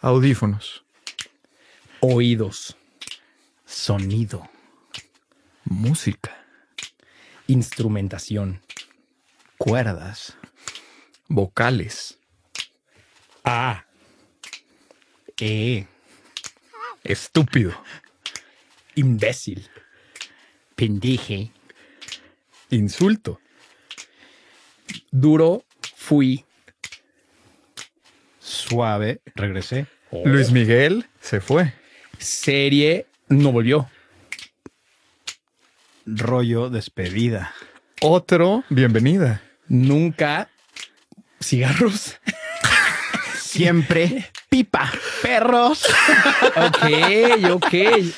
Audífonos. Oídos. Sonido. Música. Instrumentación. Cuerdas. Vocales. A. E. Estúpido. Imbécil. Pendije. Insulto. Duro. Fui. Suave. Regresé. Luis Miguel se fue. Serie. No volvió. Rollo despedida. Otro, bienvenida. Nunca. Cigarros. Siempre pipa. Perros. Ok, ok.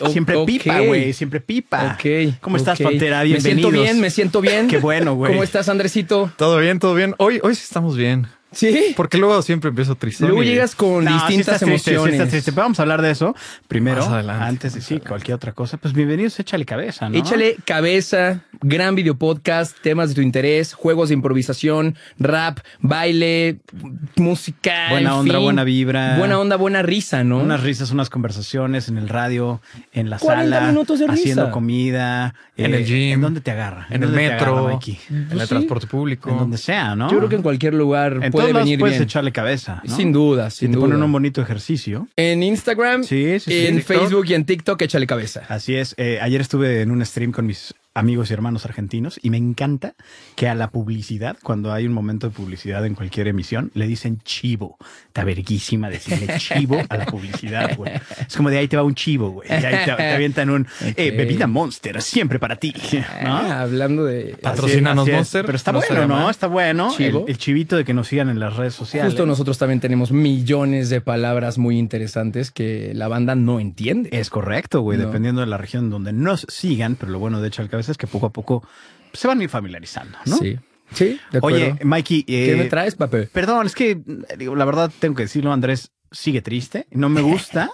o- Siempre ok. pipa, güey. Siempre pipa. Ok. ¿Cómo estás, ok. Pantera? Me siento Bienvenidos. bien, me siento bien. Qué bueno, güey. ¿Cómo estás, Andresito? Todo bien, todo bien. Hoy, hoy sí estamos bien. Sí. Porque luego siempre empiezo triste. Luego llegas con No, sí distintas estás triste, sí emociones. estás triste. Pero vamos a hablar de eso primero. Más adelante, antes de más sí, adelante. cualquier otra cosa. Pues bienvenidos, a échale cabeza, ¿no? Échale cabeza, gran video podcast, temas de tu interés, juegos de improvisación, rap, baile, música. Buena en onda, fin. buena vibra. Buena onda, buena risa, ¿no? Unas risas, unas conversaciones en el radio, en la 40 sala, minutos de risa. haciendo comida, eh, En el gym. ¿En dónde te agarra? En el dónde te metro, agarra, Mikey? en Pues sí. el transporte público. en donde sea, ¿no? Yo creo que en cualquier lugar En todos puede lados venir puedes bien. echarle cabeza. ¿no? Sin duda, Si sin te duda. ponen un bonito ejercicio. En Instagram, Sí, sí, sí. en TikTok. Facebook y en TikTok, échale cabeza. Así es. Eh, ayer estuve en un stream con mis amigos y hermanos argentinos y me encanta que a la publicidad, cuando hay un momento de publicidad en cualquier emisión, le dicen chivo. Está verguísima decirle chivo a la publicidad, güey. Es como de ahí te va un chivo, güey. Y ahí te, te avientan un eh, Ok. bebida Monster, siempre para ti, ¿no? Ah, hablando de. Así es, Patrocínanos así es. Monster, Pero está no bueno, estaría ¿no? mal. Está bueno. Chivo. El, el chivito de que nos sigan en las redes sociales. Justo nosotros también tenemos millones de palabras muy interesantes que la banda no entiende. Es correcto, güey, No. dependiendo de la región donde nos sigan, pero lo bueno de Echa al Cabeza es que poco a poco se van a ir familiarizando, ¿no? Sí. Sí, de acuerdo. Oye, Mikey, ¿qué eh, me traes, papel? perdón, es que digo, la verdad tengo que decirlo, Andrés sigue triste, no me gusta.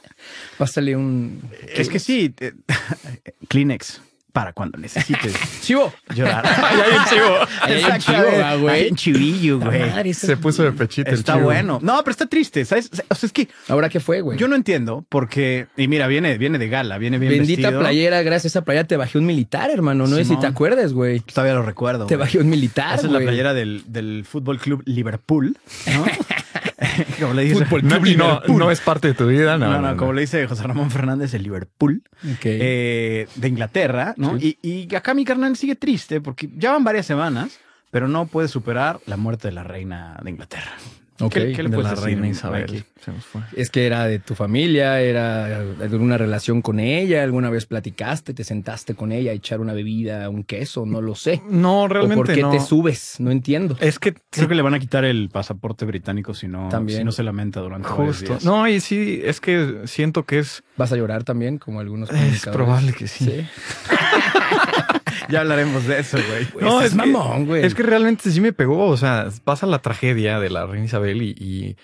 Pásale un. es que sí, eh, Kleenex para cuando necesites ¡Chivo! llorar. Ahí en Chivo. Ahí hay un Exactamente. chivo, ah, güey. Hay un chivillo, güey. Madre, eso Se es- puso de pechito. el Está Chivo. bueno. No, pero está triste, ¿sabes? O sea, es que ¿Ahora qué fue, güey? yo no entiendo porque, y mira, viene, viene de gala, viene bien Bendita vestido. playera, gracias a esa playera te bajé un militar, hermano. No sé si Simón. te acuerdas, güey. Todavía lo recuerdo. Te güey. bajé un militar. Esa es la güey. playera del, del Fútbol Club Liverpool, ¿no? como le dice, Fútbol No, Club y no, Liverpool. no es parte de tu vida. No, no, no, no. como le dice José Ramón Fernández, el Liverpool Ok. eh, de Inglaterra, ¿no? Y, y acá mi carnal sigue triste porque ya van varias semanas, pero no puede superar la muerte de la reina de Inglaterra. Ok, ¿Qué, qué le de puedes la decir, reina Mikey? Isabel. Se nos fue. Es que era de tu familia, era de una relación con ella, alguna vez platicaste, te sentaste con ella a echar una bebida, un queso, no lo sé. No, realmente ¿O por qué no. te subes? No entiendo. es que Creo que le van a quitar el pasaporte británico si no, También. si no se lamenta durante varios Justo. días. No, y sí, es que siento que es, ¿Vas a llorar también, como algunos es comunicadores? probable que sí. Sí. Ya hablaremos de eso, güey. no, No, es, es que- mamón, güey. Es que realmente sí me pegó. O sea, pasa la tragedia de la reina Isabel y, y,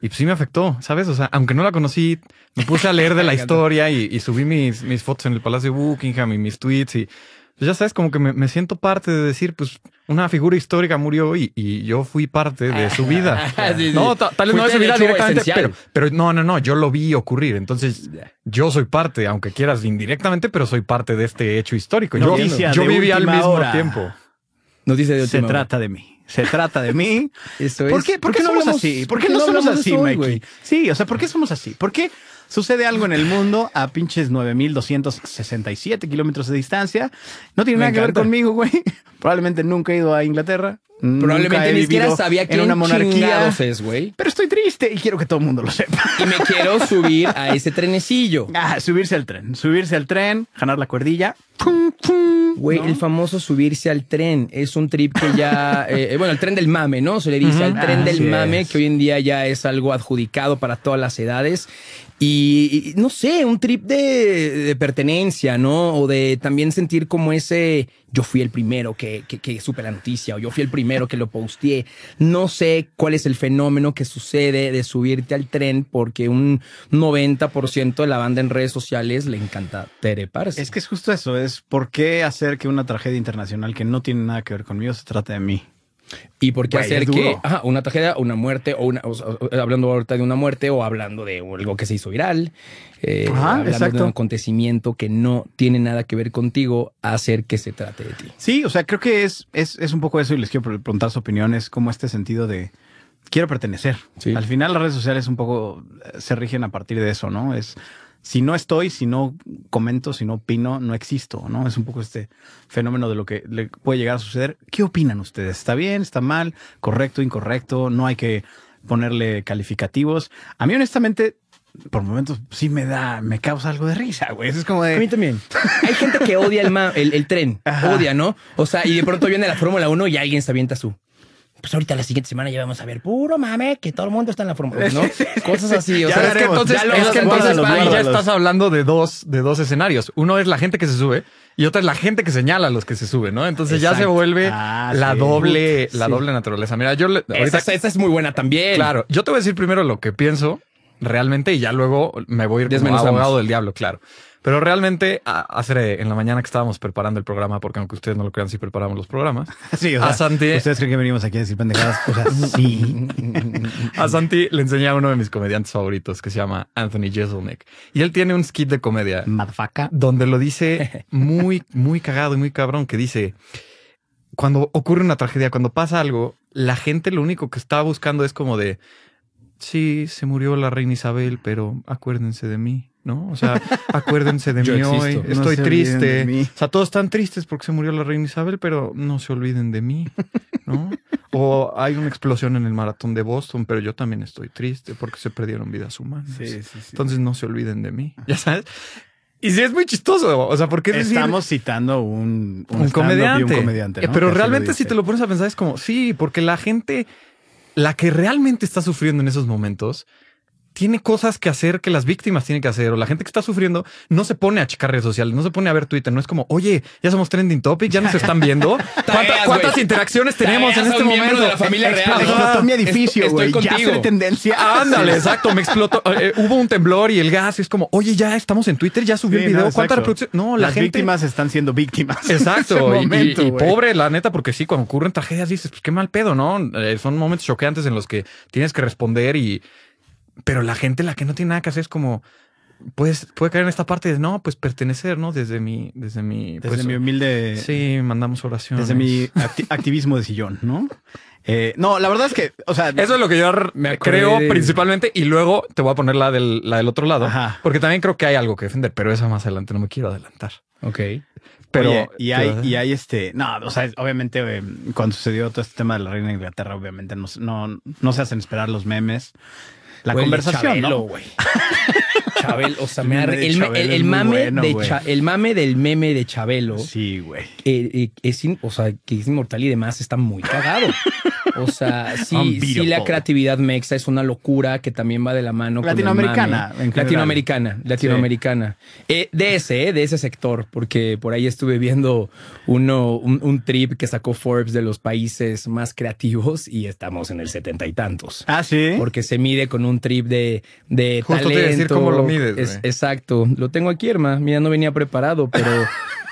y, pues sí me afectó, ¿sabes? O sea, aunque no la conocí, me puse a leer de la historia y, y subí mis, mis fotos en el Palacio de Buckingham y mis tweets y pues ya sabes, como que me, me siento parte de decir, pues una figura histórica murió y, y yo fui parte de su vida. Sí, sí. No, ta- tal vez no de su Fuiste el vida hecho directamente, pero, esencial. pero no, no, no, yo lo vi ocurrir. Entonces yo soy parte, aunque quieras indirectamente, pero soy parte de este hecho histórico. Yo, Noticia yo de viví al última mismo hora. tiempo. Nos dice de Se última hora. trata de mí. Se trata de mí. Eso ¿Por es. qué, por qué somos así? ¿Por qué no, somos hablamos de así, eso hoy, Mikey? güey? Sí, o sea, ¿por qué somos así? ¿Por qué sucede algo en el mundo a pinches 9.267 kilómetros de distancia? No tiene Me nada que ver encanta. conmigo, güey. Probablemente nunca he ido a Inglaterra. nunca Probablemente he ni siquiera vivido sabía en quién una monarquía. chingados es, güey. Pero estoy triste y quiero que todo el mundo lo sepa. Y me quiero subir a ese trenecillo. Ah, subirse al tren, subirse al tren, jalar la cuerdilla. Güey, el famoso subirse al tren es un trip que ya, eh, eh, bueno, el tren del mame, ¿no? Se le dice al tren del Así mame, es. que hoy en día ya es algo adjudicado para todas las edades. Y, y, no sé, un trip de, de pertenencia, ¿no? O de también sentir como ese, yo fui el primero que, que, que supe la noticia, o yo fui el primero que lo posteé. No sé cuál es el fenómeno que sucede de subirte al tren, porque un 90% de la banda en redes sociales le encanta tereparse. Es que es justo eso, es por qué hacer que una tragedia internacional que no tiene nada que ver conmigo se trate de mí. Y por qué Güey, hacer es duro. que ajá, una tragedia, una muerte, o una, o sea, eh, hablando ahorita de una muerte o hablando de algo que se hizo viral, eh, Ajá, hablando de exacto. un acontecimiento que no tiene nada que ver contigo, hacer que se trate de ti. Sí, o sea, creo que es, es, es un poco eso y les quiero pre- preguntar su opinión. Es como este sentido de quiero pertenecer. Sí. Al final las redes sociales un poco eh, se rigen a partir de eso, ¿no? Es si no estoy, si no comento, si no opino, no existo, ¿no? Es un poco este fenómeno de lo que le puede llegar a suceder. ¿Qué opinan ustedes? ¿Está bien? ¿Está mal? ¿Correcto? ¿Incorrecto? No hay que ponerle calificativos. A mí, honestamente, por momentos sí me da, me causa algo de risa, güey. Es como de. también. Hay gente que odia el, ma- el, el tren, Ajá. odia, ¿no? O sea, y de pronto viene la Fórmula 1 y alguien se avienta su. Pues ahorita la siguiente semana ya vamos a ver puro mame que todo el mundo está en la Fórmula 1, ¿no? Cosas así. O Ya Pero sea, es que hablaremos, entonces, ya lo- es que guárdalo, entonces, ahí ya guárdalo. estás hablando de dos, de dos escenarios. Uno es la gente que se sube y otra es la gente que señala a los que se suben, ¿no? Entonces ya se Exacto. vuelve Ah, la sí. doble, la Sí. doble naturaleza. Mira, yo le- ahorita, Esa, esa es muy buena también. claro, yo te voy a decir primero lo que pienso realmente y ya luego me voy a ir como Desmenuzamos. abogado del diablo, claro. Pero realmente, a- hace en la mañana que estábamos preparando el programa, porque aunque ustedes no lo crean, sí preparamos los programas. Sí, o sea, A Santi- ¿Ustedes creen que venimos aquí a decir pendejadas? O sea, sí. A Santi le enseñé a uno de mis comediantes favoritos que se llama Anthony Jeselnik. Y él tiene un skit de comedia Madfaca. donde lo dice muy, muy cagado y muy cabrón, que dice, cuando ocurre una tragedia, cuando pasa algo, la gente lo único que está buscando es como de, sí, se murió la reina Isabel, pero acuérdense de mí, ¿no? O sea, acuérdense de Yo mí existo. hoy, No estoy se olviden triste. de mí. O sea, todos están tristes porque se murió la reina Isabel, pero no se olviden de mí, ¿no? O hay una explosión en el maratón de Boston, pero yo también estoy triste porque se perdieron vidas humanas. Entonces no se olviden de mí, ya sabes. Y sí, es muy chistoso, o sea, porque es decir, Estamos citando un, un un stand-up comediante. y un comediante Eh, ¿no? Pero Que así realmente si dice. te lo pones a pensar es como, sí, porque la gente, la que realmente está sufriendo en esos momentos, tiene cosas que hacer que las víctimas tienen que hacer, o la gente que está sufriendo no se pone a checar redes sociales, no se pone a ver Twitter, no es como, oye, ya somos trending topic, ya nos están viendo, ¿Cuánta- Tareas, cuántas güey. interacciones tenemos en Tareas a este un miembro momento. de la familia real, Ajá. Me explotó mi edificio, Estoy güey. Ya contigo. soy tendencia. Ándale, exacto, me explotó. Eh, hubo un temblor y el gas. Y es como, oye, ya estamos en Twitter, ya subí Sí, el video. no, ¿Cuánta exacto. reproducción? No, la Las gente. víctimas están siendo víctimas. en Exacto. ese y- y- momento, y, güey. pobre, la neta, porque sí, cuando ocurren tragedias dices, pues qué mal pedo, ¿no? Eh, son momentos choqueantes en los que tienes que responder y. Pero la gente, la que no tiene nada que hacer, es como. Pues puede caer en esta parte de no, pues pertenecer, ¿no? Desde mi, desde mi, Desde pues, mi humilde. sí, mandamos oraciones. Desde mi acti- activismo de sillón, ¿no? Eh, no, la verdad es que, o sea, Eso es lo que yo r- Me acordé creo de- principalmente y luego te voy a poner la del, la del otro lado, Ajá. porque también creo que hay algo que defender, pero esa más adelante no me quiero adelantar. Ok. Pero Oye, y hay, pero- y hay este. No, o sea, obviamente, eh, cuando sucedió todo este tema de la reina de Inglaterra, obviamente no, no, no se hacen esperar los memes. La Güey, el conversación, Chabelo, ¿no? güey. Chabelo, o sea, El me meme arde- de el, me- el- el Chabelo es muy mame bueno, de güey. Cha- el mame del meme de Chabelo Sí, güey. eh, eh, es, in- o sea, que es inmortal y demás, está muy cagado. O sea, sí, Unbeatable. sí la creatividad mexa es una locura que también va de la mano. con el Latinoamericana, mame. en general. Latinoamericana, latinoamericana. Eh, de ese, eh, de ese sector, porque por ahí estuve viendo uno, un, un trip que sacó Forbes de los países más creativos y estamos en el setenta y tantos. Ah, sí. Porque se mide con un trip de, de Justo te talento. iba a decir cómo lo mides, Es- güey. exacto. Lo tengo aquí, hermano. Mira, no venía preparado, pero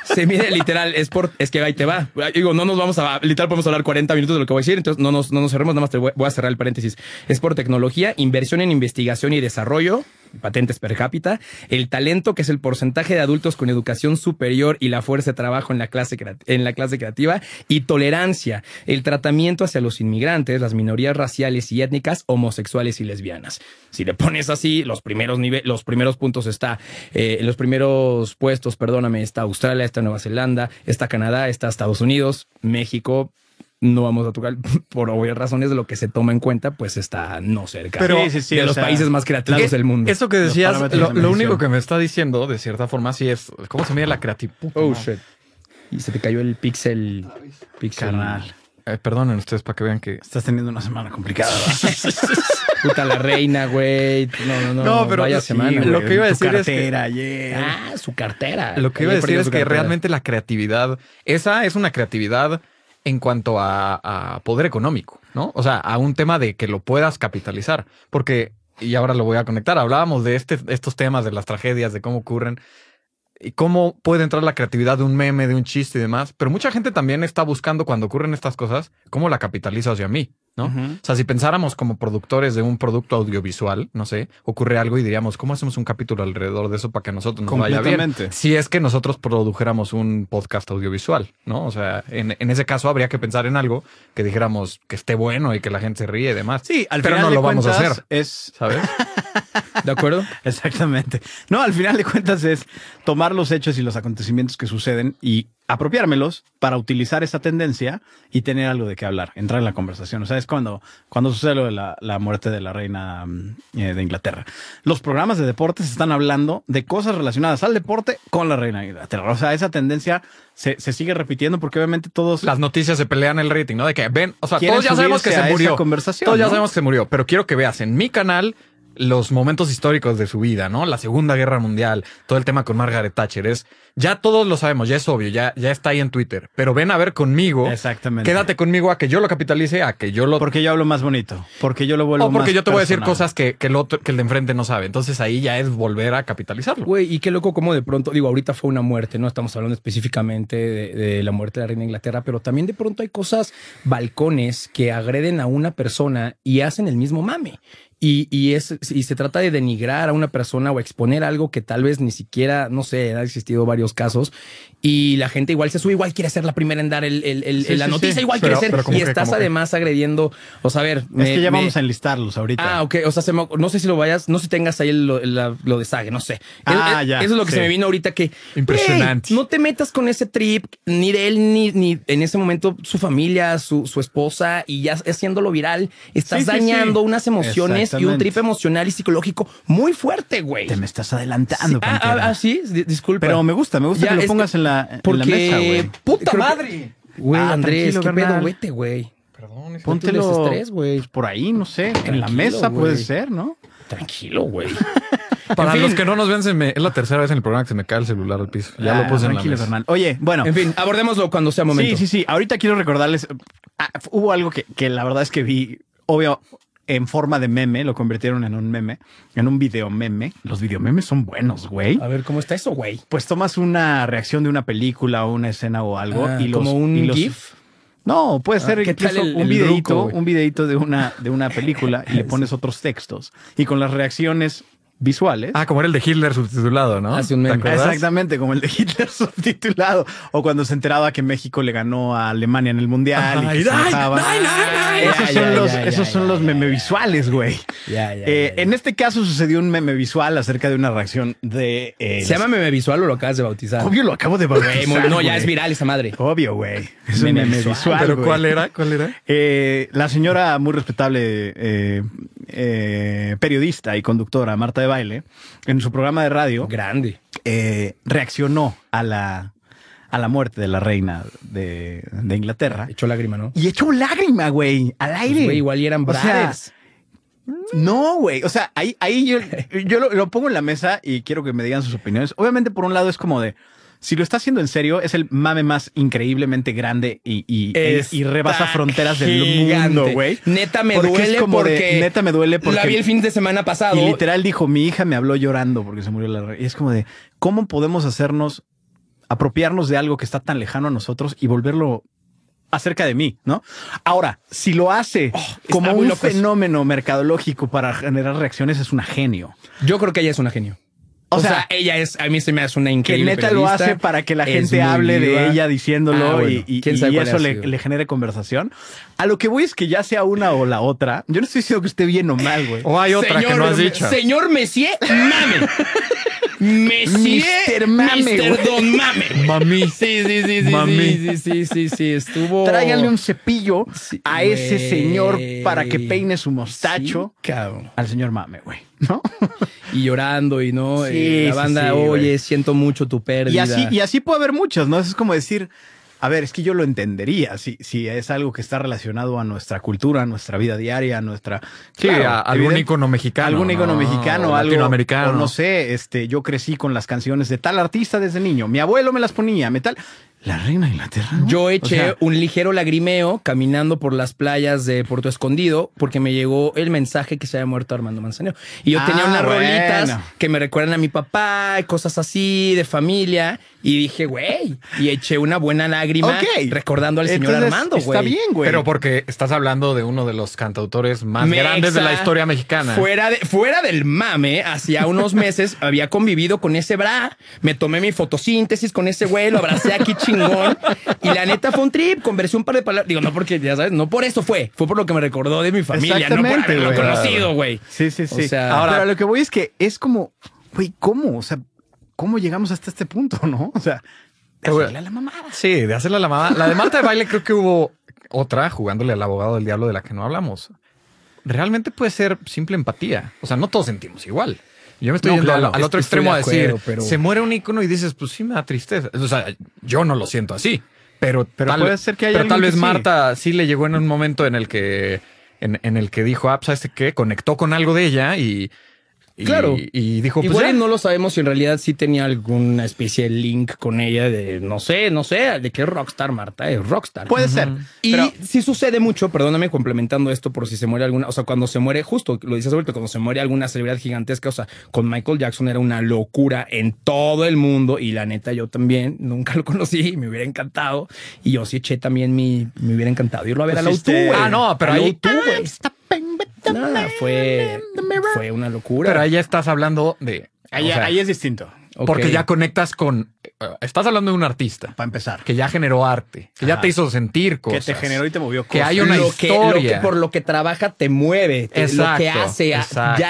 se mide literal. Es por, es que ahí te va. Digo, no nos vamos a, literal, podemos hablar 40 minutos de lo que voy a decir. Entonces, no nos, no nos cerremos. Nada más te voy, voy a cerrar el paréntesis. Es por tecnología, inversión en investigación y desarrollo, patentes per cápita, el talento, que es el porcentaje de adultos con educación superior y la fuerza de trabajo en la clase, crea- en la clase creativa, y tolerancia, el tratamiento hacia los inmigrantes, las minorías raciales y étnicas, homosexuales y lesbianas. Si le pones así, los primeros nive- los primeros puntos está, eh, en los primeros puestos, perdóname, está Australia, está Nueva Zelanda, está Canadá, está Estados Unidos, México. No vamos a tocar por obvias razones de lo que se toma en cuenta, pues está no cerca Pero- Sí, sí, sí, de o los sea, países más creativos Eh, del mundo. Eso que Los decías, parámetros lo, de lo medición. único que me está diciendo, de cierta forma, sí es cómo se mide la creatividad. Oh, shit. Y se te cayó el pixel. Pixel. Carnal. Eh, perdonen ustedes para que vean que. Estás teniendo una semana complicada. ¿verdad? Puta la reina, güey. No, no, no. No, pero Vaya sí, semana. lo güey. que iba a Tu decir es que- cartera, ayer. Ah, su cartera. Lo que iba a Ayer decir perdió es su que cartera. realmente la creatividad, esa es una creatividad en cuanto a, a poder económico, ¿no? O sea, a un tema de que lo puedas capitalizar. Porque, y ahora lo voy a conectar, hablábamos de este, estos temas, de las tragedias, de cómo ocurren. y cómo puede entrar la creatividad de un meme, de un chiste y demás. Pero mucha gente también está buscando cuando ocurren estas cosas, cómo la capitalizo hacia mí, ¿no? Ujú. O sea, si pensáramos como productores de un producto audiovisual, no sé, ocurre algo y diríamos, ¿cómo hacemos un capítulo alrededor de eso para que a nosotros nos vaya bien? Completamente. Si es que nosotros produjéramos un podcast audiovisual, ¿no? O sea, en, en ese caso habría que pensar en algo que dijéramos que esté bueno y que la gente se ríe y demás. Sí, al Pero final no de lo vamos a cuentas hacer, Es ¿sabes? ¿De acuerdo? Exactamente. No, al final de cuentas es tomar los hechos y los acontecimientos que suceden y apropiármelos para utilizar esa tendencia y tener algo de qué hablar, entrar en la conversación. O sea, es cuando, cuando sucede lo de la, la muerte de la reina mm, eh, de Inglaterra. Los programas de deportes están hablando de cosas relacionadas al deporte con la reina de Inglaterra. O sea, esa tendencia se, se sigue repitiendo porque obviamente todos... Las noticias se pelean el rating, ¿no? De que ven, o sea, Quieren todos ya sabemos subirse que a se esa murió. conversación, todos ya ¿no? sabemos que se murió, pero quiero que veas en mi canal los momentos históricos de su vida, ¿no? La Segunda Guerra Mundial, todo el tema con Margaret Thatcher es ya todos lo sabemos, ya es obvio, ya ya está ahí en Twitter, pero ven a ver conmigo. Exactamente. Quédate conmigo a que yo lo capitalice, a que yo lo Porque yo hablo más bonito, porque yo lo vuelvo o porque más yo te voy a decir personal. cosas que, que el otro, que el de enfrente no sabe. Entonces ahí ya es volver a capitalizarlo. Güey, y qué loco como de pronto, digo, ahorita fue una muerte, ¿no? Estamos hablando específicamente de, de la muerte de la reina de Inglaterra, pero también de pronto hay cosas, balcones que agreden a una persona y hacen el mismo mame. Y, y es, y se trata de denigrar a una persona o exponer algo que tal vez ni siquiera, no sé, han existido varios casos y la gente igual se sube, igual quiere ser la primera en dar el, el- el- Sí, la sí, noticia, sí. igual Pero- quiere ser. pero como y que- estás como que- además agrediendo, o sea, a ver. Es que ya me- vamos a enlistarlos ahorita. Ah, ok. O sea, se me- no sé si lo vayas, no sé si tengas ahí lo, la- lo de Sage, no sé. Es- Ah, es- ya, Eso es lo que sí. se me vino ahorita que. Impresionante. güey, no te metas con ese trip, ni de él, ni, ni en ese momento su familia, su, su esposa, y ya haciéndolo viral. Estás Sí, sí, dañando sí. unas emociones y un Exactamente. trip emocional y psicológico muy fuerte, güey. Te me estás adelantando. Ah, ah, Pantera. ah, sí, di- disculpa. Pero me gusta, me gusta Ya, que lo es pongas en, la, en la porque- mesa, güey. ¡Puta madre! Güey, Ah, Andrés, qué tranquilo, pedo, carnal. vete, güey. Perdón, es- Ponte el Póntelo desestrés, güey. pues, por ahí, no sé, en la Tranquilo, mesa puede güey. ser, ¿no? Tranquilo, güey. Para En fin. los que no nos ven, se me- es la tercera vez en el programa que se me cae el celular al piso. Ya Ah, lo puse en la tranquilo, mesa. Hernán. Oye, bueno. En fin, abordémoslo cuando sea momento. Sí, sí, sí. Ahorita quiero recordarles, eh, ah, hubo algo que, que la verdad es que vi, obvio, en forma de meme, lo convirtieron en un meme, en un video meme. Los videomemes son buenos, güey. A ver, ¿cómo está eso, güey? Pues tomas una reacción de una película o una escena o algo Ah, y los, como un y los- GIF. No, puede ser Ah, ¿qué incluso tal el- un el videito, ruco, güey? un videito de una de una película y le pones otros textos y con las reacciones visuales. Ah, como era el de Hitler subtitulado, ¿no? Hace un ¿Te meme. acuerdas? Exactamente, como el de Hitler subtitulado o cuando se enteraba que México le ganó a Alemania en el mundial Ay, y que se ay, enojaban. ay, ay, Esos ay, son ay, los ay, esos ay, son ay, los ay, meme visuales, güey. Ya, ya, Eh, ya, en ya. este caso sucedió un meme visual acerca de una reacción de eh, ¿Se llama meme visual o lo acabas de bautizar? Obvio lo acabo de Güey, bautizar, muy- no, ya güey. es viral esa madre. Obvio, güey. Es un Meme meme visual. visual. ¿Pero güey. cuál era? ¿Cuál era? Eh, la señora muy respetable eh, eh, periodista y conductora Marta de Baile, en su programa de radio, Grande. eh, reaccionó a la, a la muerte de la reina de, de Inglaterra Echó lágrima, ¿no? y echó lágrima, güey, al aire. Pues, güey, igual y eran O sea, brothers. no, güey. O sea, ahí, ahí yo, yo lo, lo pongo en la mesa y quiero que me digan sus opiniones. Obviamente, por un lado, es como de. Si lo está haciendo en serio, es el mame más increíblemente grande y, y, e- y Está rebasa fronteras del mundo, gigante. güey. Neta me Porque es duele como de, porque. neta me duele porque- La vi el fin de semana pasado. Y literal dijo, mi hija me habló llorando porque se murió la reina. Y es como de, ¿cómo podemos hacernos, apropiarnos de algo que está tan lejano a nosotros y volverlo acerca de mí, ¿no? Ahora, si lo hace Oh, está como muy un loco eso. fenómeno mercadológico para generar reacciones, es una genio. Yo creo que ella es una genio. O O, sea, sea, ella es, a mí se me hace una Que increíble. neta lo periodista. hace para que la Es gente muy hable viva. de ella diciéndolo Ah, bueno. y, y- ¿Quién sabe y cuál eso ha le, sido? le genere conversación. A lo que voy es que ya sea una o la otra. Yo no estoy diciendo que esté bien o mal, güey. O hay otra que no has dicho. Señor Messier, mame. Messier, Mister Mame, Mister güey. Don Mame. Mami. Sí, sí, sí, sí, Mami. sí, sí, sí, sí, sí, estuvo. Tráiganle un cepillo Sí, a ese güey. señor para que peine su mostacho. Sí, cabrón. Al señor mame, güey, ¿no? Y llorando y no, Sí, eh, la sí, banda, sí, oye, güey. siento mucho tu pérdida. Y así, y así puede haber muchas, ¿no? Es como decir, a ver, es que yo lo entendería si, si es algo que está relacionado a nuestra cultura, a nuestra vida diaria, a nuestra. Sí, a- algún evidente- ícono mexicano, Algún icono ¿no? mexicano, O algo. latinoamericano. o no sé, este, yo crecí con las canciones de tal artista desde niño. Mi abuelo me las ponía, me tal. La reina de Inglaterra. güey? Yo O eché sea, un ligero lagrimeo caminando por las playas de Puerto Escondido porque me llegó el mensaje que se había muerto Armando Manzanero. Y yo Ah, tenía unas bueno. rolitas que me recuerdan a mi papá, y cosas así de familia. Y dije, güey, y eché una buena lágrima Ok. recordando al señor Entonces, Armando, güey. Está bien, güey. Pero porque estás hablando de uno de los cantautores más Mexa, grandes de la historia mexicana. Fuera, de, fuera del mame, hacía unos meses había convivido con ese bra, me tomé mi fotosíntesis con ese güey, lo abracé aquí chingón. Y la neta fue un trip, conversé un par de palabras. Digo, no porque, ya sabes, no por eso fue, fue por lo que me recordó de mi familia, no por Exactamente, haberlo güey. conocido, güey. Sí, sí, sí. O sea, Ahora, Ahora- pero a lo que voy es que es como, güey, ¿cómo? O sea, ¿cómo llegamos hasta este punto, no? O sea, Te voy a- hazle a la mamada. Sí, de hacer la mamada. La de Marta de baile creo que hubo otra jugándole al abogado del diablo de la que no hablamos. Realmente puede ser simple empatía. O sea, no todos sentimos igual. Yo me estoy No, yendo claro. al, al otro Estoy extremo a de decir, acuerdo, pero- se muere un ícono y dices, pues sí me da tristeza. O sea, yo no lo siento así, pero, Pero tal, puede ser que haya pero tal alguien que vez sí. Marta sí le llegó en un momento en el que, en, en el que dijo, ah, pues, ¿sabes qué? Conectó con algo de ella y, y- Claro. y dijo, pues Igual ya. y no lo sabemos si en realidad sí tenía alguna especie de link con ella de no sé, no sé, de qué rockstar Marta es rockstar. Puede ser. Y Pero- sí sucede mucho, perdóname complementando esto por si se muere alguna, o sea, cuando se muere, justo lo dices ahorita, cuando se muere alguna celebridad gigantesca, o sea, con Michael Jackson era una locura en todo el mundo y la neta yo también nunca lo conocí y me hubiera encantado y yo sí eché también mi, me hubiera encantado irlo a ver Pues a la este- Ah, no, pero ahí- tú, güey. Nada, fue, fue una locura. Pero ahí ya estás hablando de... o Ahí, sea, ahí es distinto, Ok. Porque ya conectas con. eh, Estás hablando de un artista para empezar. que ya generó arte, que ya Ajá. te hizo sentir Que cosas. te generó y te movió Que cosas. hay una lo que, lo que- historia. por lo que trabaja te mueve, te- lo que Exacto, hace a- ya,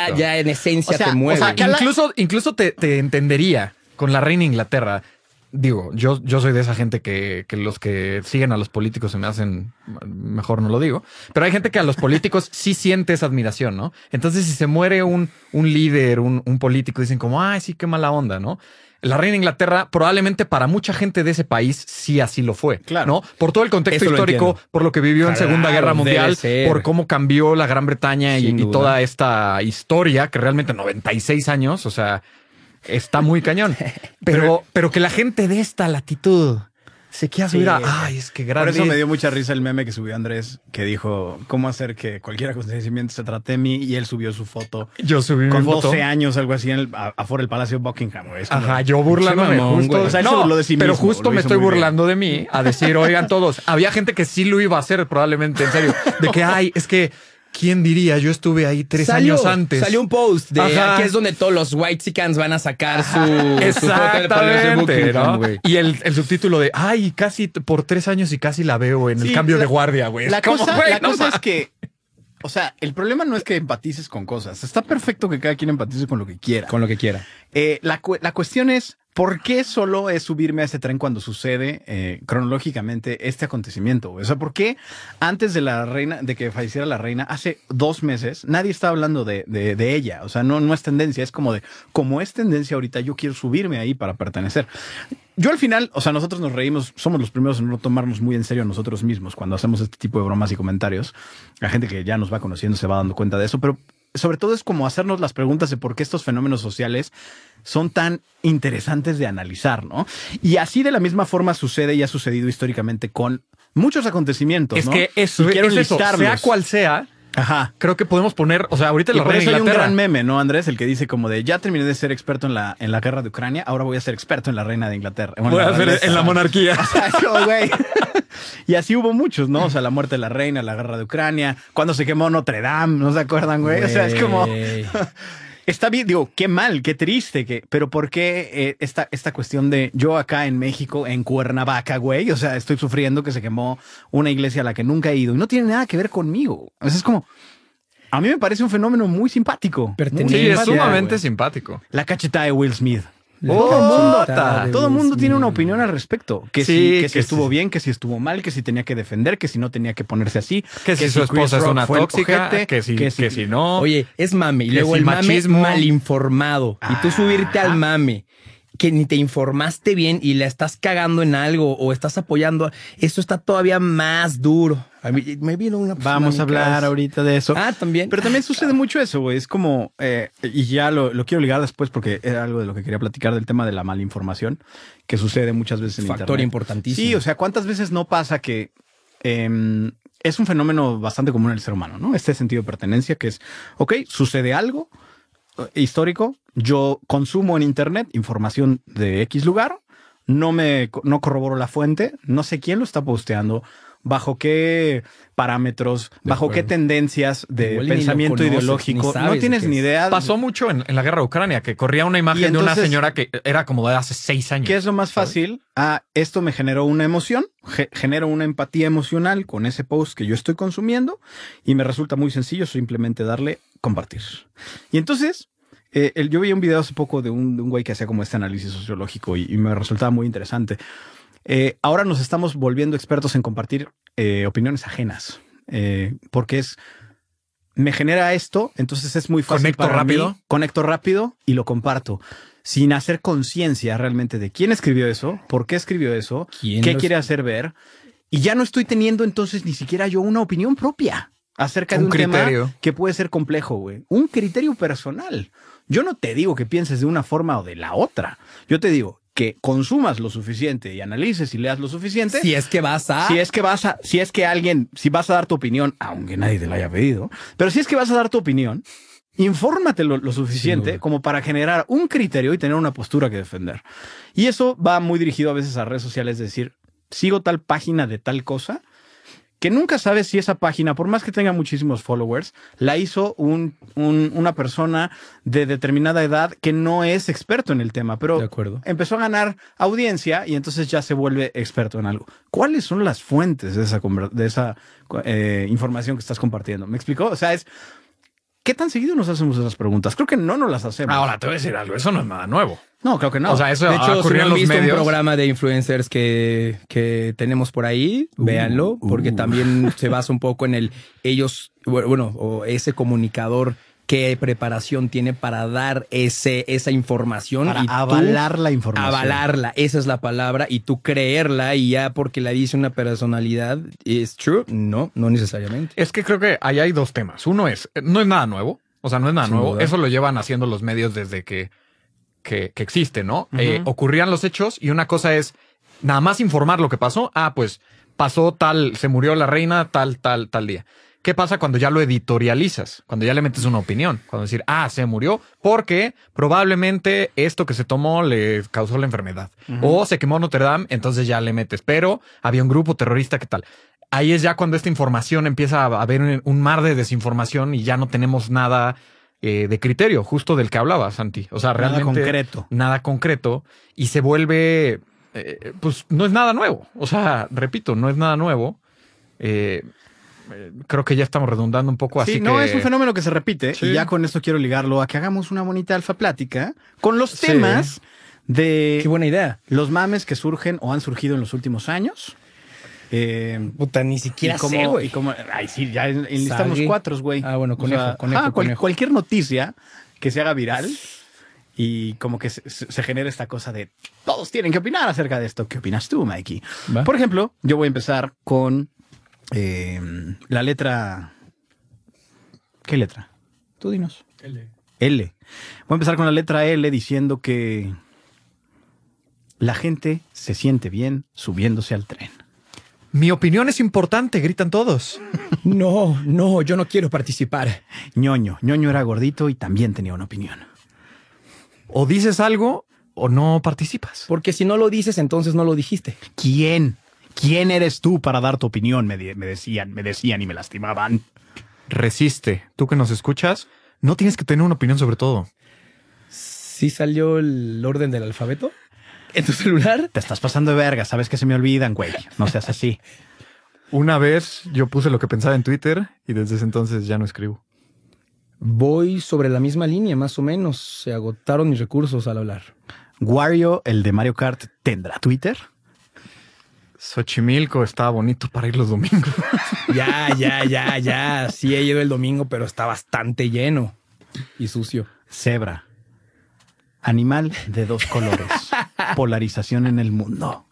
exacto. ya en esencia O sea, te o mueve. sea, que- Incluso, incluso te, te entendería con la reina Inglaterra. Digo, yo, yo soy de esa gente que, que los que siguen a los políticos se me hacen mejor no lo digo, pero hay gente que a los políticos sí siente esa admiración, ¿no? Entonces, si se muere un, un líder, un, un político, dicen como, ay, sí, qué mala onda, ¿no? La reina Inglaterra probablemente para mucha gente de ese país sí así lo fue, Claro. ¿no? Por todo el contexto Eso lo histórico, entiendo. por lo que vivió en Claro, Segunda Guerra debe Mundial, ser. por cómo cambió la Gran Bretaña y, Sin y duda. toda esta historia, que realmente 96 años, o sea, está muy cañón. Pero, pero que la gente de esta latitud se quiera subir a. Sí. Ay, es que Por grande. eso me dio mucha risa el meme que subió Andrés, que dijo cómo hacer que cualquier acontecimiento se trate de mí y él subió su foto Yo subí mi con foto. 12 años, algo así, en el- a- afuera del Palacio Buckingham. güey. Es como- Ajá, yo burlándome Pinche mamón, justo. güey. O sea, él se burló de sí pero mismo, justo lo me hizo estoy muy bien. burlando de mí a decir, oigan todos, había gente que sí lo iba a hacer probablemente, en serio, de que, ay, es que, ¿quién diría? Yo estuve ahí tres Salió- años antes. Salió un post de Ajá. aquí es donde todos los white sicans van a sacar su, su foto del Palacio de Exactamente. Buckingham, ¿no? güey. Y el, el subtítulo de ay, casi t- por tres años y casi la veo en Sí, el cambio la- de guardia, güey. Es La como, cosa, güey, la no cosa ma- es que, o sea, el problema no es que empatices con cosas. Está perfecto que cada quien empatice con lo que quiera. Con lo que quiera. Eh, la, cu- la cuestión es, ¿por qué solo es subirme a ese tren cuando sucede eh, cronológicamente este acontecimiento? güey? O sea, ¿por qué antes de la reina, de que falleciera la reina, hace dos meses, nadie estaba hablando de, de- de ella? O sea, no, no es tendencia, es como de, como es tendencia ahorita, yo quiero subirme ahí para pertenecer. Yo al final, o sea, nosotros nos reímos, somos los primeros en no tomarnos muy en serio a nosotros mismos cuando hacemos este tipo de bromas y comentarios. La gente que ya nos va conociendo se va dando cuenta de eso, pero sobre todo es como hacernos las preguntas de por qué estos fenómenos sociales son tan interesantes de analizar, ¿no? Y así de la misma forma sucede y ha sucedido históricamente con muchos acontecimientos, Es ¿no? que Y eso, quiero es eso, listarlos. sea cual sea, Ajá. creo que podemos poner, o sea, ahorita Y la por reina eso hay un Inglaterra. gran meme, ¿no, Andrés? El que dice como de, ya terminé de ser experto en la, en la guerra de Ucrania, ahora voy a ser experto en la reina de Inglaterra. Bueno, Voy a la hacer realeza. en la monarquía. O sea, yo, güey. Y así hubo muchos, ¿no? O sea, la muerte de la reina, la guerra de Ucrania, cuando se quemó Notre Dame, ¿no se acuerdan, güey? O sea, es como, Güey. está bien, digo, qué mal, qué triste, que, pero ¿por qué eh, esta, esta cuestión de yo acá en México, en Cuernavaca, güey? O sea, estoy sufriendo que se quemó una iglesia a la que nunca he ido y no tiene nada que ver conmigo. O sea, es como, a mí me parece un fenómeno muy simpático. Pertenencia, Sí, Muy es simpático, sumamente güey. simpático. La cachetada de Will Smith. La todo el mundo, cachetada de Ah, todo Will mundo tiene Smith. una opinión al respecto. Que, Sí, si, que si que estuvo sí. bien, que si estuvo mal, que si tenía que defender, que si no tenía que ponerse así. Que, si su Chris esposa es Rock una fue el tóxica, ojete, que, si, que, si, no. Oye, es mame. Y Que luego si el mame machismo. Ah. mal informado. Y tú subirte al mame. que ni te informaste bien y la estás cagando en algo o estás apoyando, eso está todavía más duro. A mí- me vino una persona Vamos en a hablar clase. ahorita de eso. Ah, también. Pero también sucede mucho eso, güey. Es como, eh, y ya lo, lo quiero ligar después porque era algo de lo que quería platicar del tema de la malinformación que sucede muchas veces en Factor Internet. importantísimo. Sí, o sea, ¿cuántas veces no pasa que em, es un fenómeno bastante común en el ser humano, ¿no? Este sentido de pertenencia que es, ok, sucede algo eh, histórico, yo consumo en Internet información de X lugar, no me no corroboro la fuente, no sé quién lo está posteando, bajo qué parámetros, bajo qué acuerdo. tendencias de Igual y ni lo pensamiento conoces, ni ideológico, sabes no de tienes qué ni es. idea. de- Pasó mucho en, en la guerra de Ucrania, que corría una imagen de una entonces- señora que era como de hace seis años. ¿Qué es lo más ¿sabes? fácil? Ah, esto me generó una emoción, ge- genero una empatía emocional con ese post que yo estoy consumiendo y me resulta muy sencillo simplemente darle compartir. Y entonces, eh, el- yo vi un video hace poco de un, de un güey que hacía como este análisis sociológico y, y me resultaba muy interesante. Eh, ahora nos estamos volviendo expertos en compartir eh, opiniones ajenas, eh, porque es... Me genera esto, entonces es muy fácil. Conecto para mí, rápido. conecto rápido y lo comparto sin hacer conciencia realmente de quién escribió eso, por qué escribió eso, ¿Quién qué los- quiere hacer ver. Y ya no estoy teniendo entonces ni siquiera yo una opinión propia acerca de Un un, criterio. tema que puede ser complejo, güey. Un criterio personal. Yo no te digo que pienses de una forma o de la otra. Yo te digo que consumas lo suficiente y analices y leas lo suficiente. Si es que vas a... Si es que vas a, si es que alguien, si vas a dar tu opinión, aunque nadie te la haya pedido, pero si es que vas a dar tu opinión, infórmate lo, lo Sin suficiente duda. como para generar un criterio y tener una postura que defender. Y eso va muy dirigido a veces a redes sociales, es decir, sigo tal página de tal cosa que nunca sabes si esa página, por más que tenga muchísimos followers, la hizo un- un- una persona de determinada edad que no es experto en el tema, pero De acuerdo. empezó a ganar audiencia y entonces ya se vuelve experto en algo. ¿Cuáles son las fuentes de esa, conver- de esa eh, información que estás compartiendo? ¿Me explicó? O sea, es... ¿Qué tan seguido nos hacemos esas preguntas? Creo que no nos las hacemos. Ahora te voy a decir algo, eso no es nada nuevo. no, creo que no. O sea, eso ah, De hecho, si ocurrió no en han los visto medios. un programa de influencers que, que tenemos por ahí, véanlo, porque también se basa un poco en el ellos, bueno, o ese comunicador, qué preparación tiene para dar ese, esa información. para y tú avalar la información. avalarla, esa es la palabra, y tú creerla y ya porque la dice una personalidad, ¿es true? No, no necesariamente. Es que creo que ahí hay dos temas. Uno es, eh, no es nada nuevo, o sea, no es nada Sin nuevo. duda. Eso lo llevan haciendo los medios desde que, que, que existe, ¿no? Eh, ocurrían los hechos y una cosa es nada más informar lo que pasó. Ah, pues pasó tal, se murió la reina tal, tal, tal día. ¿Qué pasa cuando ya lo editorializas? Cuando ya le metes una opinión. Cuando decir, ah, se murió porque probablemente esto que se tomó le causó la enfermedad. O se quemó Notre Dame, entonces ya le metes. Pero había un grupo terrorista que tal. Ahí es ya cuando esta información empieza a haber un- un mar de desinformación y ya no tenemos nada eh, de criterio, justo del que hablabas, Santi. O sea, Nada realmente concreto. nada concreto y se vuelve, eh, pues no es nada nuevo. O sea, repito, no es nada nuevo. Eh, eh, creo que ya estamos redundando un poco así. Sí, no, que- es un fenómeno que se repite Sí. y ya con esto quiero ligarlo a que hagamos una bonita alfa plática con los Sí. temas de Qué buena idea. los mames que surgen o han surgido en los últimos años. Eh, Puta, ni Y siquiera como, sé, y güey. como- ay, sí, ya en- enlistamos Sague. cuatro, güey. Ah, bueno, conejo, conejo, ajá, cual- conejo. Cualquier noticia que se haga viral y como que se, se- se genera esta cosa de todos tienen que opinar acerca de esto. ¿Qué opinas tú, Mikey? Va. Por ejemplo, yo voy a empezar con eh, la letra. ¿Qué letra? Tú dinos. L. Voy a empezar con la letra L diciendo que la gente se siente bien subiéndose al tren. Mi opinión es importante, gritan todos. No, no, yo no quiero participar. ñoño. ñoño era gordito y también tenía una opinión. O dices algo o no participas. Porque si no lo dices, entonces no lo dijiste. ¿Quién? ¿Quién eres tú para dar tu opinión? Me, di- me decían, me decían y me lastimaban. Resiste. Tú que nos escuchas, no tienes que tener una opinión sobre todo. ¿Sí salió el orden del alfabeto en tu celular? Te estás pasando de verga, sabes que se me olvidan, güey. No seas así. Una vez yo puse lo que pensaba en Twitter y desde ese entonces ya no escribo. Voy sobre la misma línea, más o menos. Se agotaron mis recursos al hablar. Wario, el de Mario Kart, ¿tendrá Twitter? Xochimilco estaba bonito para ir los domingos. Ya, ya, ya, ya. Sí he ido el domingo, pero está bastante lleno y sucio. Zebra. Animal de dos colores. Polarización en el mundo.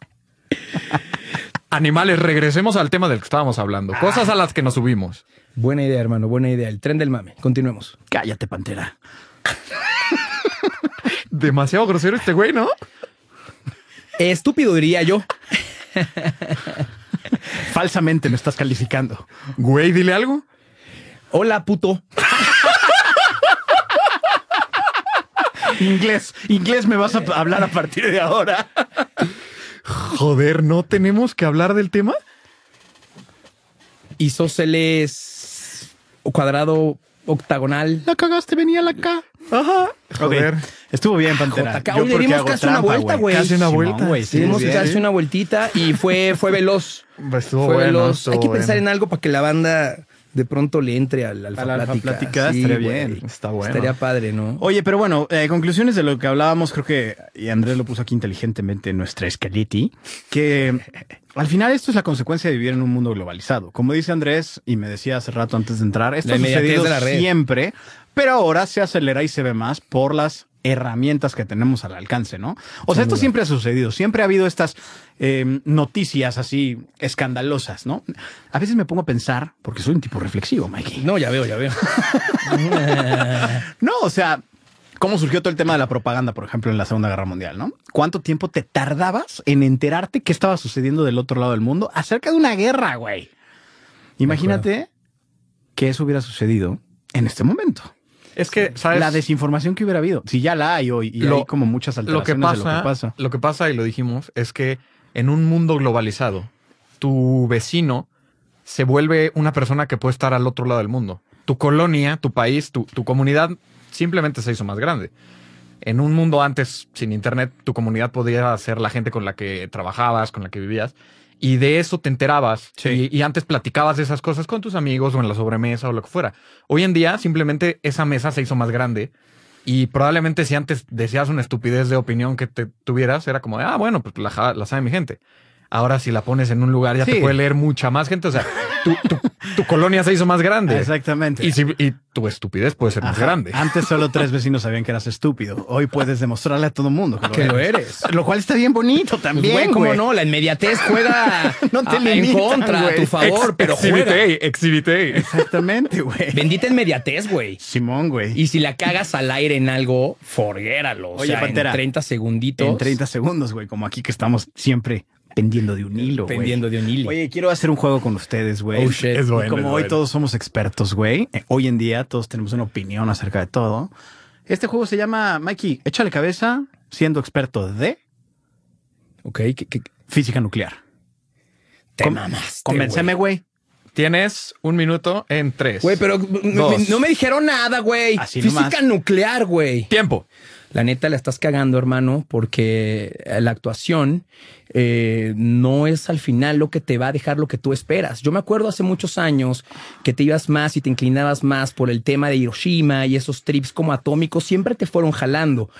Animales, regresemos al tema del que estábamos hablando. Cosas a las que nos subimos. Buena idea, hermano, buena idea. El tren del mame. Continuemos. Cállate, pantera. Demasiado grosero este güey, ¿no? Estúpido, diría yo. Falsamente me estás calificando. Güey, dile algo. Hola, puto. Inglés, inglés me vas a hablar a partir de ahora. Joder, ¿no tenemos que hablar del tema? Isósceles cuadrado octagonal. La cagaste, venía la K. Ajá. Joder. Estuvo bien, pantera. JK. Yo Oye, porque dimos hago casi una trampa, vuelta, güey. Casi una Simón, vuelta. güey, sí, Tuvimos que bien. darse una vueltita y fue, fue veloz. Estuvo fue bueno. veloz. estuvo Hay que pensar bueno. en algo para que la banda de pronto le entre al alfa A la plática. alfaplática, estaría güey. bien. Está bueno. Estaría padre, ¿no? Oye, pero bueno, eh, conclusiones de lo que hablábamos, creo que, y Andrés lo puso aquí inteligentemente en nuestra escaletti, que al final esto es la consecuencia de vivir en un mundo globalizado. Como dice Andrés, y me decía hace rato antes de entrar, esto La ha inmediatez sucedido de la red. siempre, pero ahora se acelera y se ve más por las herramientas que tenemos al alcance, ¿no? O sea, esto siempre ha sucedido, siempre ha habido estas eh, noticias así escandalosas, ¿no? A veces me pongo a pensar, porque soy un tipo reflexivo, Mikey. No, ya veo, ya veo. No, o sea, ¿cómo surgió todo el tema de la propaganda, por ejemplo, en la Segunda Guerra Mundial, no? ¿Cuánto tiempo te tardabas en enterarte qué estaba sucediendo del otro lado del mundo acerca de una guerra, güey? Imagínate que eso hubiera sucedido en este momento. Es que, ¿sabes? La desinformación que hubiera habido, si ya la hay hoy y Lo- hay como muchas lo que alteraciones pasa, de lo que pasa. y lo dijimos, es que en un mundo globalizado, tu vecino se vuelve una persona que puede estar al otro lado del mundo. Tu colonia, tu país, tu, tu comunidad simplemente se hizo más grande. En un mundo antes sin internet, tu comunidad podía ser la gente con la que trabajabas, con la que vivías, y de eso te enterabas. Sí. Y, y antes platicabas de esas cosas con tus amigos o en la sobremesa o lo que fuera. Hoy en día simplemente esa mesa se hizo más grande y probablemente si antes decías una estupidez de opinión que te tuvieras, era como de, ah, bueno, pues la, ja- la sabe mi gente. Ahora si la pones en un lugar ya Sí. te puede leer mucha más gente. O sea, tu, tu- tu colonia se hizo más grande. Exactamente. Y, si- y tu estupidez puede ser más Ajá. grande. Antes solo tres vecinos sabían que eras estúpido. Hoy puedes demostrarle a todo mundo que, que lo eres. Lo cual está bien bonito Pues, también. güey, cómo güey. no, la inmediatez juega No te a- en limitan, contra, a güey. tu favor, Ex- pero juega. exhibite, exhibite. Exactamente, güey. Bendita inmediatez, güey. Simón, güey. Y si la cagas al aire en algo, forguéralo. O Oye, sea, Pantera, en 30 segunditos. En 30 segundos, güey, como aquí que estamos siempre pendiendo de un hilo, güey. Eh, Pendiendo de un hilo. Oye, quiero hacer un juego con ustedes, güey. Oh, shit. Es Y bueno. como es hoy bueno. todos somos expertos, güey. eh, hoy en día todos tenemos una opinión acerca de todo. Este juego se llama, Mikey, échale cabeza siendo experto de Ok, que, que- física nuclear. te Com- mamaste, Convénceme, güey. güey. Tienes un minuto en tres. Güey, pero m- Dos. m- no me dijeron nada, güey. Así Física nomás. nuclear, güey. Tiempo. La neta la estás cagando, hermano, porque la actuación eh, no es al final lo que te va a dejar lo que tú esperas. Yo me acuerdo hace muchos años que te ibas más y te inclinabas más por el tema de Hiroshima y esos trips como atómicos siempre te fueron jalando.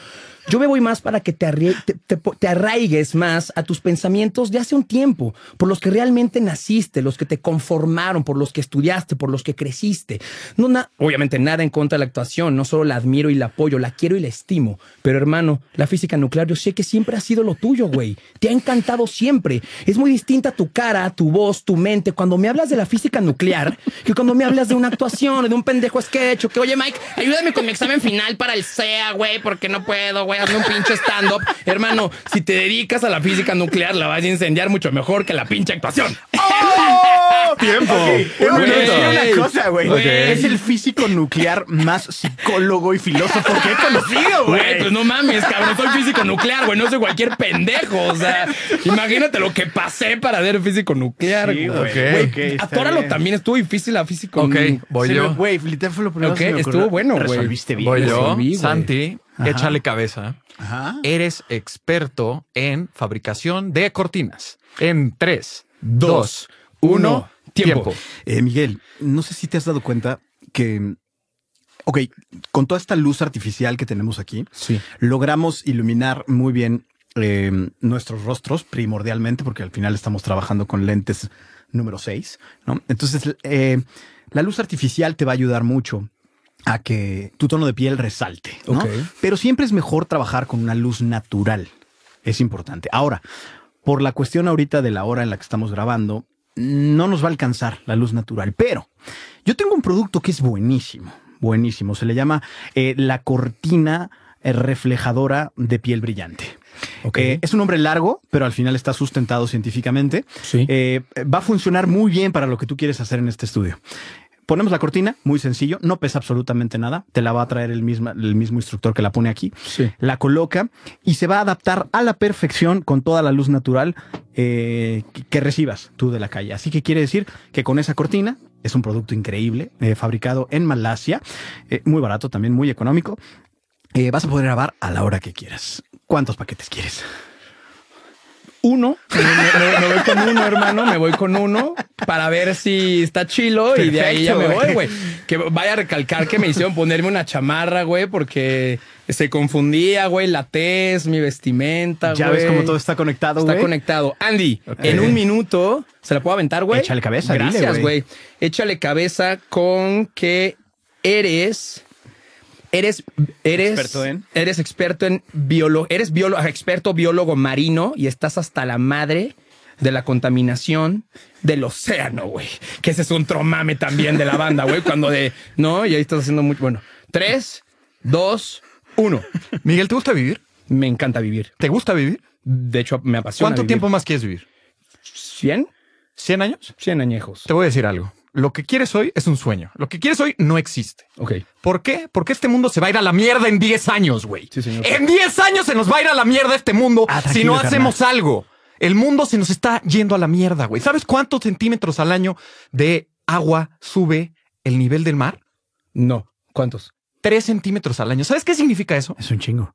Yo me voy más para que te, arrie- te- te po- te arraigues más a tus pensamientos de hace un tiempo, por los que realmente naciste, los que te conformaron, por los que estudiaste, por los que creciste. No, na- obviamente nada en contra de la actuación, no solo la admiro y la apoyo, la quiero y la estimo. Pero hermano, la física nuclear yo sé que siempre ha sido lo tuyo, güey. Te ha encantado siempre. Es muy distinta tu cara, tu voz, tu mente cuando me hablas de la física nuclear que cuando me hablas de una actuación, o de un pendejo sketch o que, oye Mike, ayúdame con mi examen final para el SEA, güey, porque no puedo, güey, hazme un pinche stand-up. Hermano, si te dedicas a la física nuclear, la vas a incendiar mucho mejor que la pinche actuación. ¡Oh! Tiempo. Quiero Un Güey. minuto. decir una cosa, güey. Güey. Es el físico nuclear más psicólogo y filósofo que he conocido, Güey, Oh, güey. pues no mames, cabrón, soy físico nuclear, güey, no soy cualquier pendejo, o sea, imagínate lo que pasé para ser físico nuclear, Sí, güey. ok, Güey, ok, está atóralo bien. también, estuvo difícil la físico. Ok, nuclear. voy Se me- yo. Güey, literal fue lo primero Ok, que se me estuvo ocurrió. bueno, güey. Resolviste bien. Voy yo. resolví, güey. Santi, Ajá. échale cabeza. Ajá. Eres experto en fabricación de cortinas. En tres, Dos, dos, uno, uno, tiempo. tiempo. Eh, Miguel, no sé si te has dado cuenta que, ok, con toda esta luz artificial que tenemos aquí, Sí. logramos iluminar muy bien eh, nuestros rostros primordialmente, porque al final estamos trabajando con lentes número 6, ¿no? Entonces, eh, la luz artificial te va a ayudar mucho a que tu tono de piel resalte. ¿no? Ok. Pero siempre es mejor trabajar con una luz natural. Es importante. Ahora, por la cuestión ahorita de la hora en la que estamos grabando, no nos va a alcanzar la luz natural. Pero yo tengo un producto que es buenísimo, buenísimo. Se le llama eh, la cortina eh, reflejadora de piel brillante. Ok. Eh, es un nombre largo, pero al final está sustentado científicamente. Sí. Eh, va a funcionar muy bien para lo que tú quieres hacer en este estudio. Ponemos la cortina, muy sencillo, no pesa absolutamente nada, te la va a traer el mismo, el mismo instructor que la pone aquí, Sí. la coloca y se va a adaptar a la perfección con toda la luz natural eh, que, que recibas tú de la calle. Así que quiere decir que con esa cortina es un producto increíble, eh, fabricado en Malasia, eh, muy barato también, muy económico. Eh, vas a poder grabar a la hora que quieras. ¿Cuántos paquetes quieres? Uno. Me, me- me- me voy con uno, hermano. Me voy con uno para ver si está chilo y de ahí ya me Perfecto, voy, güey. Que vaya a recalcar que me hicieron ponerme una chamarra, güey, porque se confundía, güey, la tez, mi vestimenta. Ya güey. ves cómo todo está conectado, Está güey. conectado. Andy, Ok. en un minuto, ¿se la puedo aventar, güey? Échale cabeza, dile, Gracias, güey. güey. Échale cabeza con que eres. Eres, eres Experto en- eres experto en biólogo, eres biólogo, experto biólogo marino y estás hasta la madre de la contaminación del océano, güey. Que ese es un tromame también de la banda, güey. Cuando de no, y ahí estás haciendo mucho. Bueno, tres, dos, uno. Miguel, ¿te gusta vivir? Me encanta vivir. ¿Te gusta vivir? De hecho, me apasiona. ¿Cuánto vivir. tiempo más quieres vivir? ¿Cien? ¿100 años? 100 añejos. Te voy a decir algo. Lo que quieres hoy es un sueño. Lo que quieres hoy no existe. Ok. ¿Por qué? Porque este mundo se va a ir a la mierda en 10 años, güey. Sí, señor. En 10 años se nos va a ir a la mierda este mundo Ah, si tranquilo, no hacemos algo. El mundo se nos está yendo a la mierda, güey. ¿Sabes cuántos centímetros al año de agua sube el nivel del mar? No. ¿Cuántos? 3 centímetros al año. ¿Sabes qué significa eso? Es un chingo.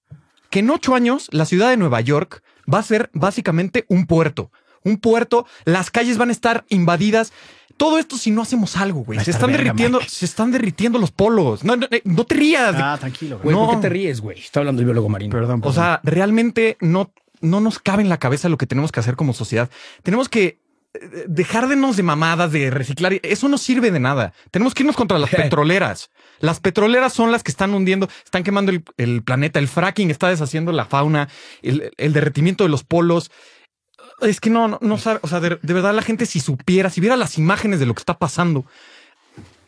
que en ocho años la ciudad de Nueva York va a ser básicamente un puerto. Un puerto, las calles van a estar invadidas. Todo esto si no hacemos algo, güey. Va a Se estar están verga, derritiendo, Mike. se están derritiendo los polos. No, no, eh, no te rías. Ah, tranquilo, güey. Güey, ¿por No. qué te ríes, güey? Está hablando el biólogo marino. Perdón, o sea, realmente no, no nos cabe en la cabeza lo que tenemos que hacer como sociedad. Tenemos que eh, dejar de nos de mamadas, de reciclar. Eso no sirve de nada. Tenemos que irnos contra las petroleras. Las petroleras son las que están hundiendo, están quemando el, el planeta. El fracking está deshaciendo la fauna, el, el derretimiento de los polos. Es que no, no, no sabe. O sea, de, de verdad la gente si supiera, si viera las imágenes de lo que está pasando,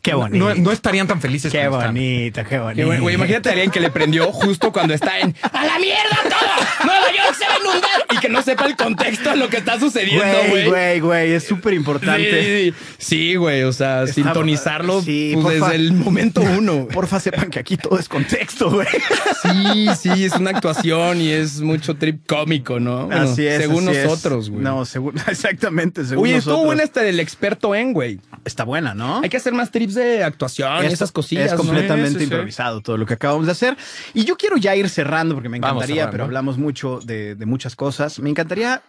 qué bonito. no, no estarían tan felices. qué como están. bonito, qué bonito. Y, Güey, güey, imagínate a alguien que le prendió justo cuando está en ¡A la mierda todo! ¡Nueva York se va a inundar! Y que no sepa el contexto de lo que está sucediendo, Güey, güey. güey, güey, es súper importante. Sí, sí, sí. Sí, güey, o sea, sintonizarlo sí, pues, porfa. desde el momento uno. güey. Porfa, sepan que aquí todo es contexto, güey. Sí, sí, es una actuación y es mucho trip cómico, ¿no? Bueno, así es. Según así es. nosotros, güey. No, según, exactamente, según Oye, estuvo nosotros. buena esta del experto en, güey. Está buena, ¿no? Hay que hacer más trips de actuación y Esto esas cosillas. Es ¿no? completamente Sí, sí, sí. improvisado todo lo que acabamos de hacer. Y yo quiero ya ir cerrando porque me Vamos encantaría, cerrando. pero hablamos mucho de, de muchas cosas. Me encantaría.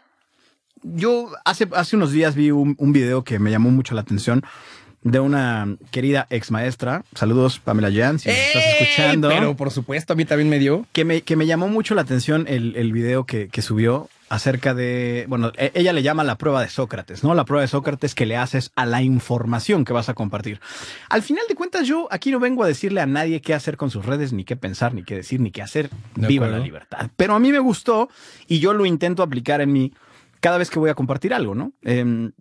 Yo hace, hace unos días vi un, un video que me llamó mucho la atención de una querida ex maestra. Saludos, Pamela Jan, si nos estás ¡Ey! escuchando. ¡Eh! Pero por supuesto, a mí también me dio. Que me, que me llamó mucho la atención el, el video que, que subió acerca de, bueno, e- ella le llama la prueba de Sócrates, ¿no? La prueba de Sócrates que le haces a la información que vas a compartir. Al final de cuentas, yo aquí no vengo a decirle a nadie qué hacer con sus redes, ni qué pensar, ni qué decir, ni qué hacer. De Viva la acuerdo. libertad. Pero a mí me gustó y yo lo intento aplicar en mí cada vez que voy a compartir algo, ¿no? Em,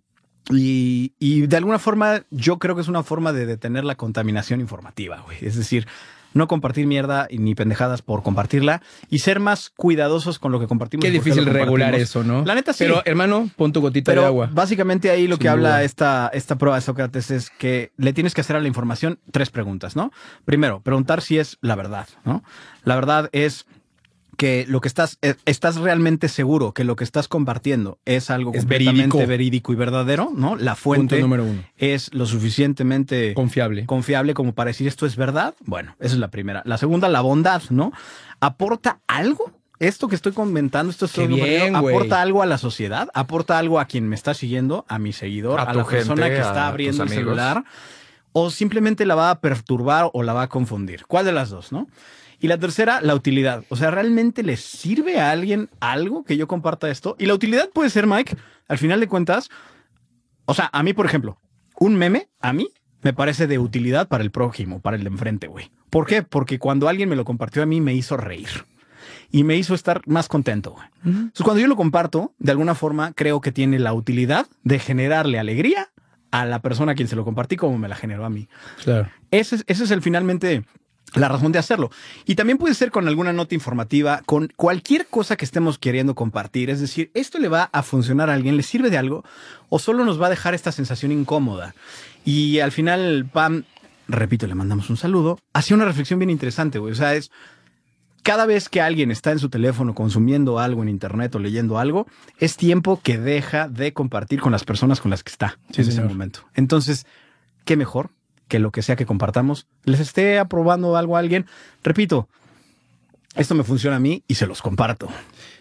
y, y de alguna forma, yo creo que es una forma de detener la contaminación informativa, güey. Es decir, no compartir mierda y ni pendejadas por compartirla y ser más cuidadosos con lo que compartimos. Qué por lo difícil compartimos. regular eso, ¿no? La neta sí. Pero, hermano, pon tu gotita Pero de agua. básicamente ahí lo Sin que habla duda. esta, esta prueba de Sócrates es que le tienes que hacer a la información tres preguntas, ¿no? Primero, preguntar si es la verdad, ¿no? La verdad es que lo que estás, eh, estás realmente seguro que lo que estás compartiendo es algo Es completamente verídico. verídico. y verdadero, ¿no? La Punto fuente número uno. es lo suficientemente Confiable. confiable como para decir esto es verdad. Bueno, esa es la primera. La segunda, la bondad, ¿no? ¿Aporta algo? Esto que estoy comentando, esto Qué estoy bien, compartiendo, güey. aporta algo a la sociedad, aporta algo a quien me está siguiendo, a mi seguidor, A a, tu la persona gente, que a está tus abriendo el amigos. celular, o simplemente la va a perturbar o la va a confundir. ¿Cuál de las dos, no? Y la tercera, la utilidad. O sea, ¿realmente le sirve a alguien algo que yo comparta esto? Y la utilidad puede ser, Mike, al final de cuentas, o sea, a mí, por ejemplo, un meme, a mí, me parece de utilidad para el prójimo, para el de enfrente, güey. ¿Por qué? Porque cuando alguien me lo compartió a mí me hizo reír y me hizo estar más contento. güey. Entonces, cuando yo lo comparto, de alguna forma creo que tiene la utilidad de generarle alegría a la persona a quien se lo compartí como me la generó a mí. Claro. Ese es, ese es el finalmente la razón de hacerlo. Y también puede ser con alguna nota informativa, con cualquier cosa que estemos queriendo compartir. Es decir, esto le va a funcionar a alguien, le sirve de algo o solo nos va a dejar esta sensación incómoda. Y al final, Pam, repito, le mandamos un saludo. Hacía una reflexión bien interesante, güey. O sea, es cada vez que alguien está en su teléfono consumiendo algo en internet o leyendo algo, es tiempo que deja de compartir con las personas con las que está Sí, en ese señor. momento. Entonces, qué mejor que lo que sea que compartamos les esté aprobando algo a alguien. Repito, esto me funciona a mí y se los comparto.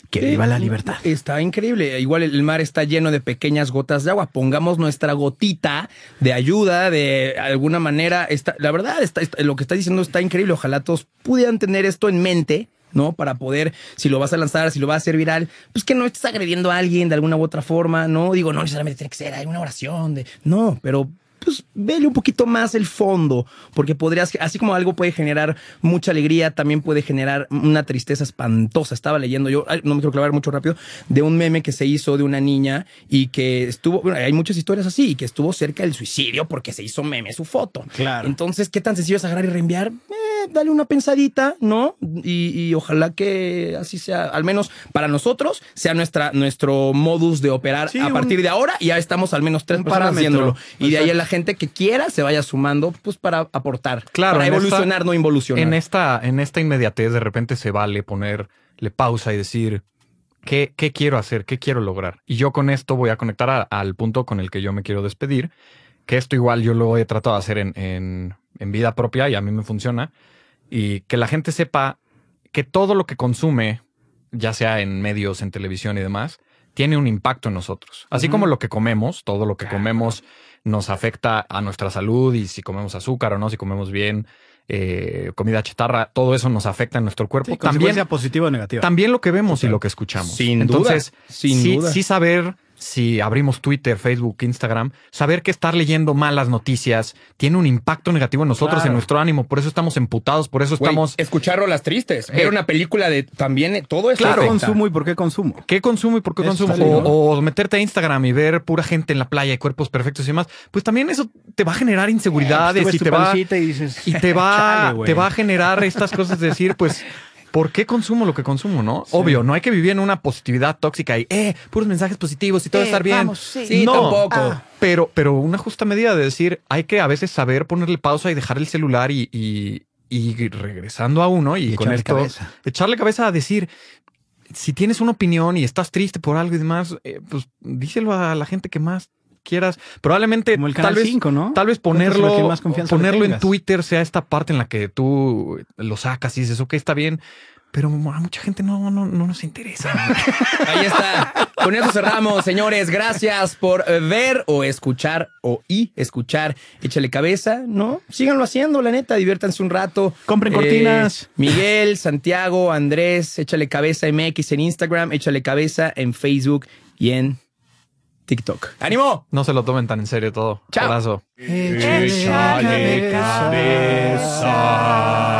Que Sí, viva la libertad. Está increíble. Igual el el mar está lleno de pequeñas gotas de agua. Pongamos nuestra gotita de ayuda, de alguna manera. Está, la verdad, está, está- lo que está diciendo está increíble. Ojalá todos pudieran tener esto en mente. ¿no? Para poder, si lo vas a lanzar, si lo vas a hacer viral, pues que no estés agrediendo a alguien de alguna u otra forma, ¿no? Digo, no necesariamente tiene que ser hay una oración de... No, pero pues vele un poquito más el fondo, porque podrías, así como algo puede generar mucha alegría, también puede generar una tristeza espantosa. Estaba leyendo yo, ay, no me quiero clavar mucho rápido, de un meme que se hizo de una niña y que estuvo, bueno, hay muchas historias así, y que estuvo cerca del suicidio porque se hizo meme su foto. Claro. Entonces, ¿qué tan sencillo es agarrar y reenviar? Eh, dale una pensadita, ¿no? Y, y ojalá que así sea, al menos para nosotros, sea nuestra, nuestro modus de operar Sí, a un- partir de ahora y ya estamos al menos tres un personas parámetro. haciéndolo. Y de ahí a Exacto. la gente que quiera se vaya sumando, pues para aportar. Claro, Para en esta- evolucionar, no involucionar. En esta, en esta inmediatez, de repente se vale ponerle pausa y decir ¿qué, qué quiero hacer, qué quiero lograr. Y yo con esto voy a conectar a- al punto con el que yo me quiero despedir, que esto igual yo lo he tratado de hacer en, en- en vida propia y a mí me funciona. Y que la gente sepa que todo lo que consume, ya sea en medios, en televisión y demás, tiene un impacto en nosotros. Así como lo que comemos, todo lo que comemos nos afecta a nuestra salud y si comemos azúcar o no, si comemos bien, eh, comida chatarra, todo eso nos afecta en nuestro cuerpo. Sí, también, consecuencia positiva o negativa. también lo que vemos y Claro. lo que escuchamos. Sin Entonces, duda, sin sí, duda. sí saber si abrimos Twitter, Facebook, Instagram, saber que estar leyendo malas noticias tiene un impacto negativo en nosotros, Claro. en nuestro ánimo. Por eso estamos emputados, por eso Güey, estamos. escuchar rolas tristes, Eh, ver una película de también eh, todo esto. ¿Qué Claro. afecta. consumo y por qué consumo? ¿Qué consumo y por qué Eso consumo? está bien, ¿no? O, o meterte a Instagram y ver pura gente en la playa y cuerpos perfectos y demás. Pues también eso te va a generar inseguridades Pues, y Ah, te va. y dices, y te va, Chale, güey. te va a generar estas cosas de decir, pues, ¿por qué consumo lo que consumo? No, obvio, no hay que vivir en una positividad tóxica y eh, puros mensajes positivos y todo Eh, estar bien. vamos, sí. Sí, no, Ah. tampoco. Pero, pero una justa medida de decir, hay que a veces saber ponerle pausa y dejar el celular y, y- y regresando a uno y, Y con echarle esto cabeza. echarle cabeza a decir. Si tienes una opinión y estás triste por algo y demás, eh, pues díselo a la gente que más quieras. Probablemente Como el tal canal vez 5, ¿no? Tal vez Cuéntaselo a ponerlo, quien más confianza le ponerlo en tengas. Twitter sea esta parte en la que tú lo sacas y dices, ok, está bien, pero a mucha gente no, no, no nos interesa. Ahí está. Con eso cerramos, señores. Gracias por eh, ver o escuchar o y escuchar. Échale cabeza, ¿no? Síganlo haciendo, la neta. Diviértanse un rato. Eh, Compren cortinas. Miguel, Santiago, Andrés, échale cabeza MX en Instagram, échale cabeza en Facebook y en TikTok. ¡Ánimo! no se lo tomen tan en serio todo. Chao. Abrazo. Échale cabeza.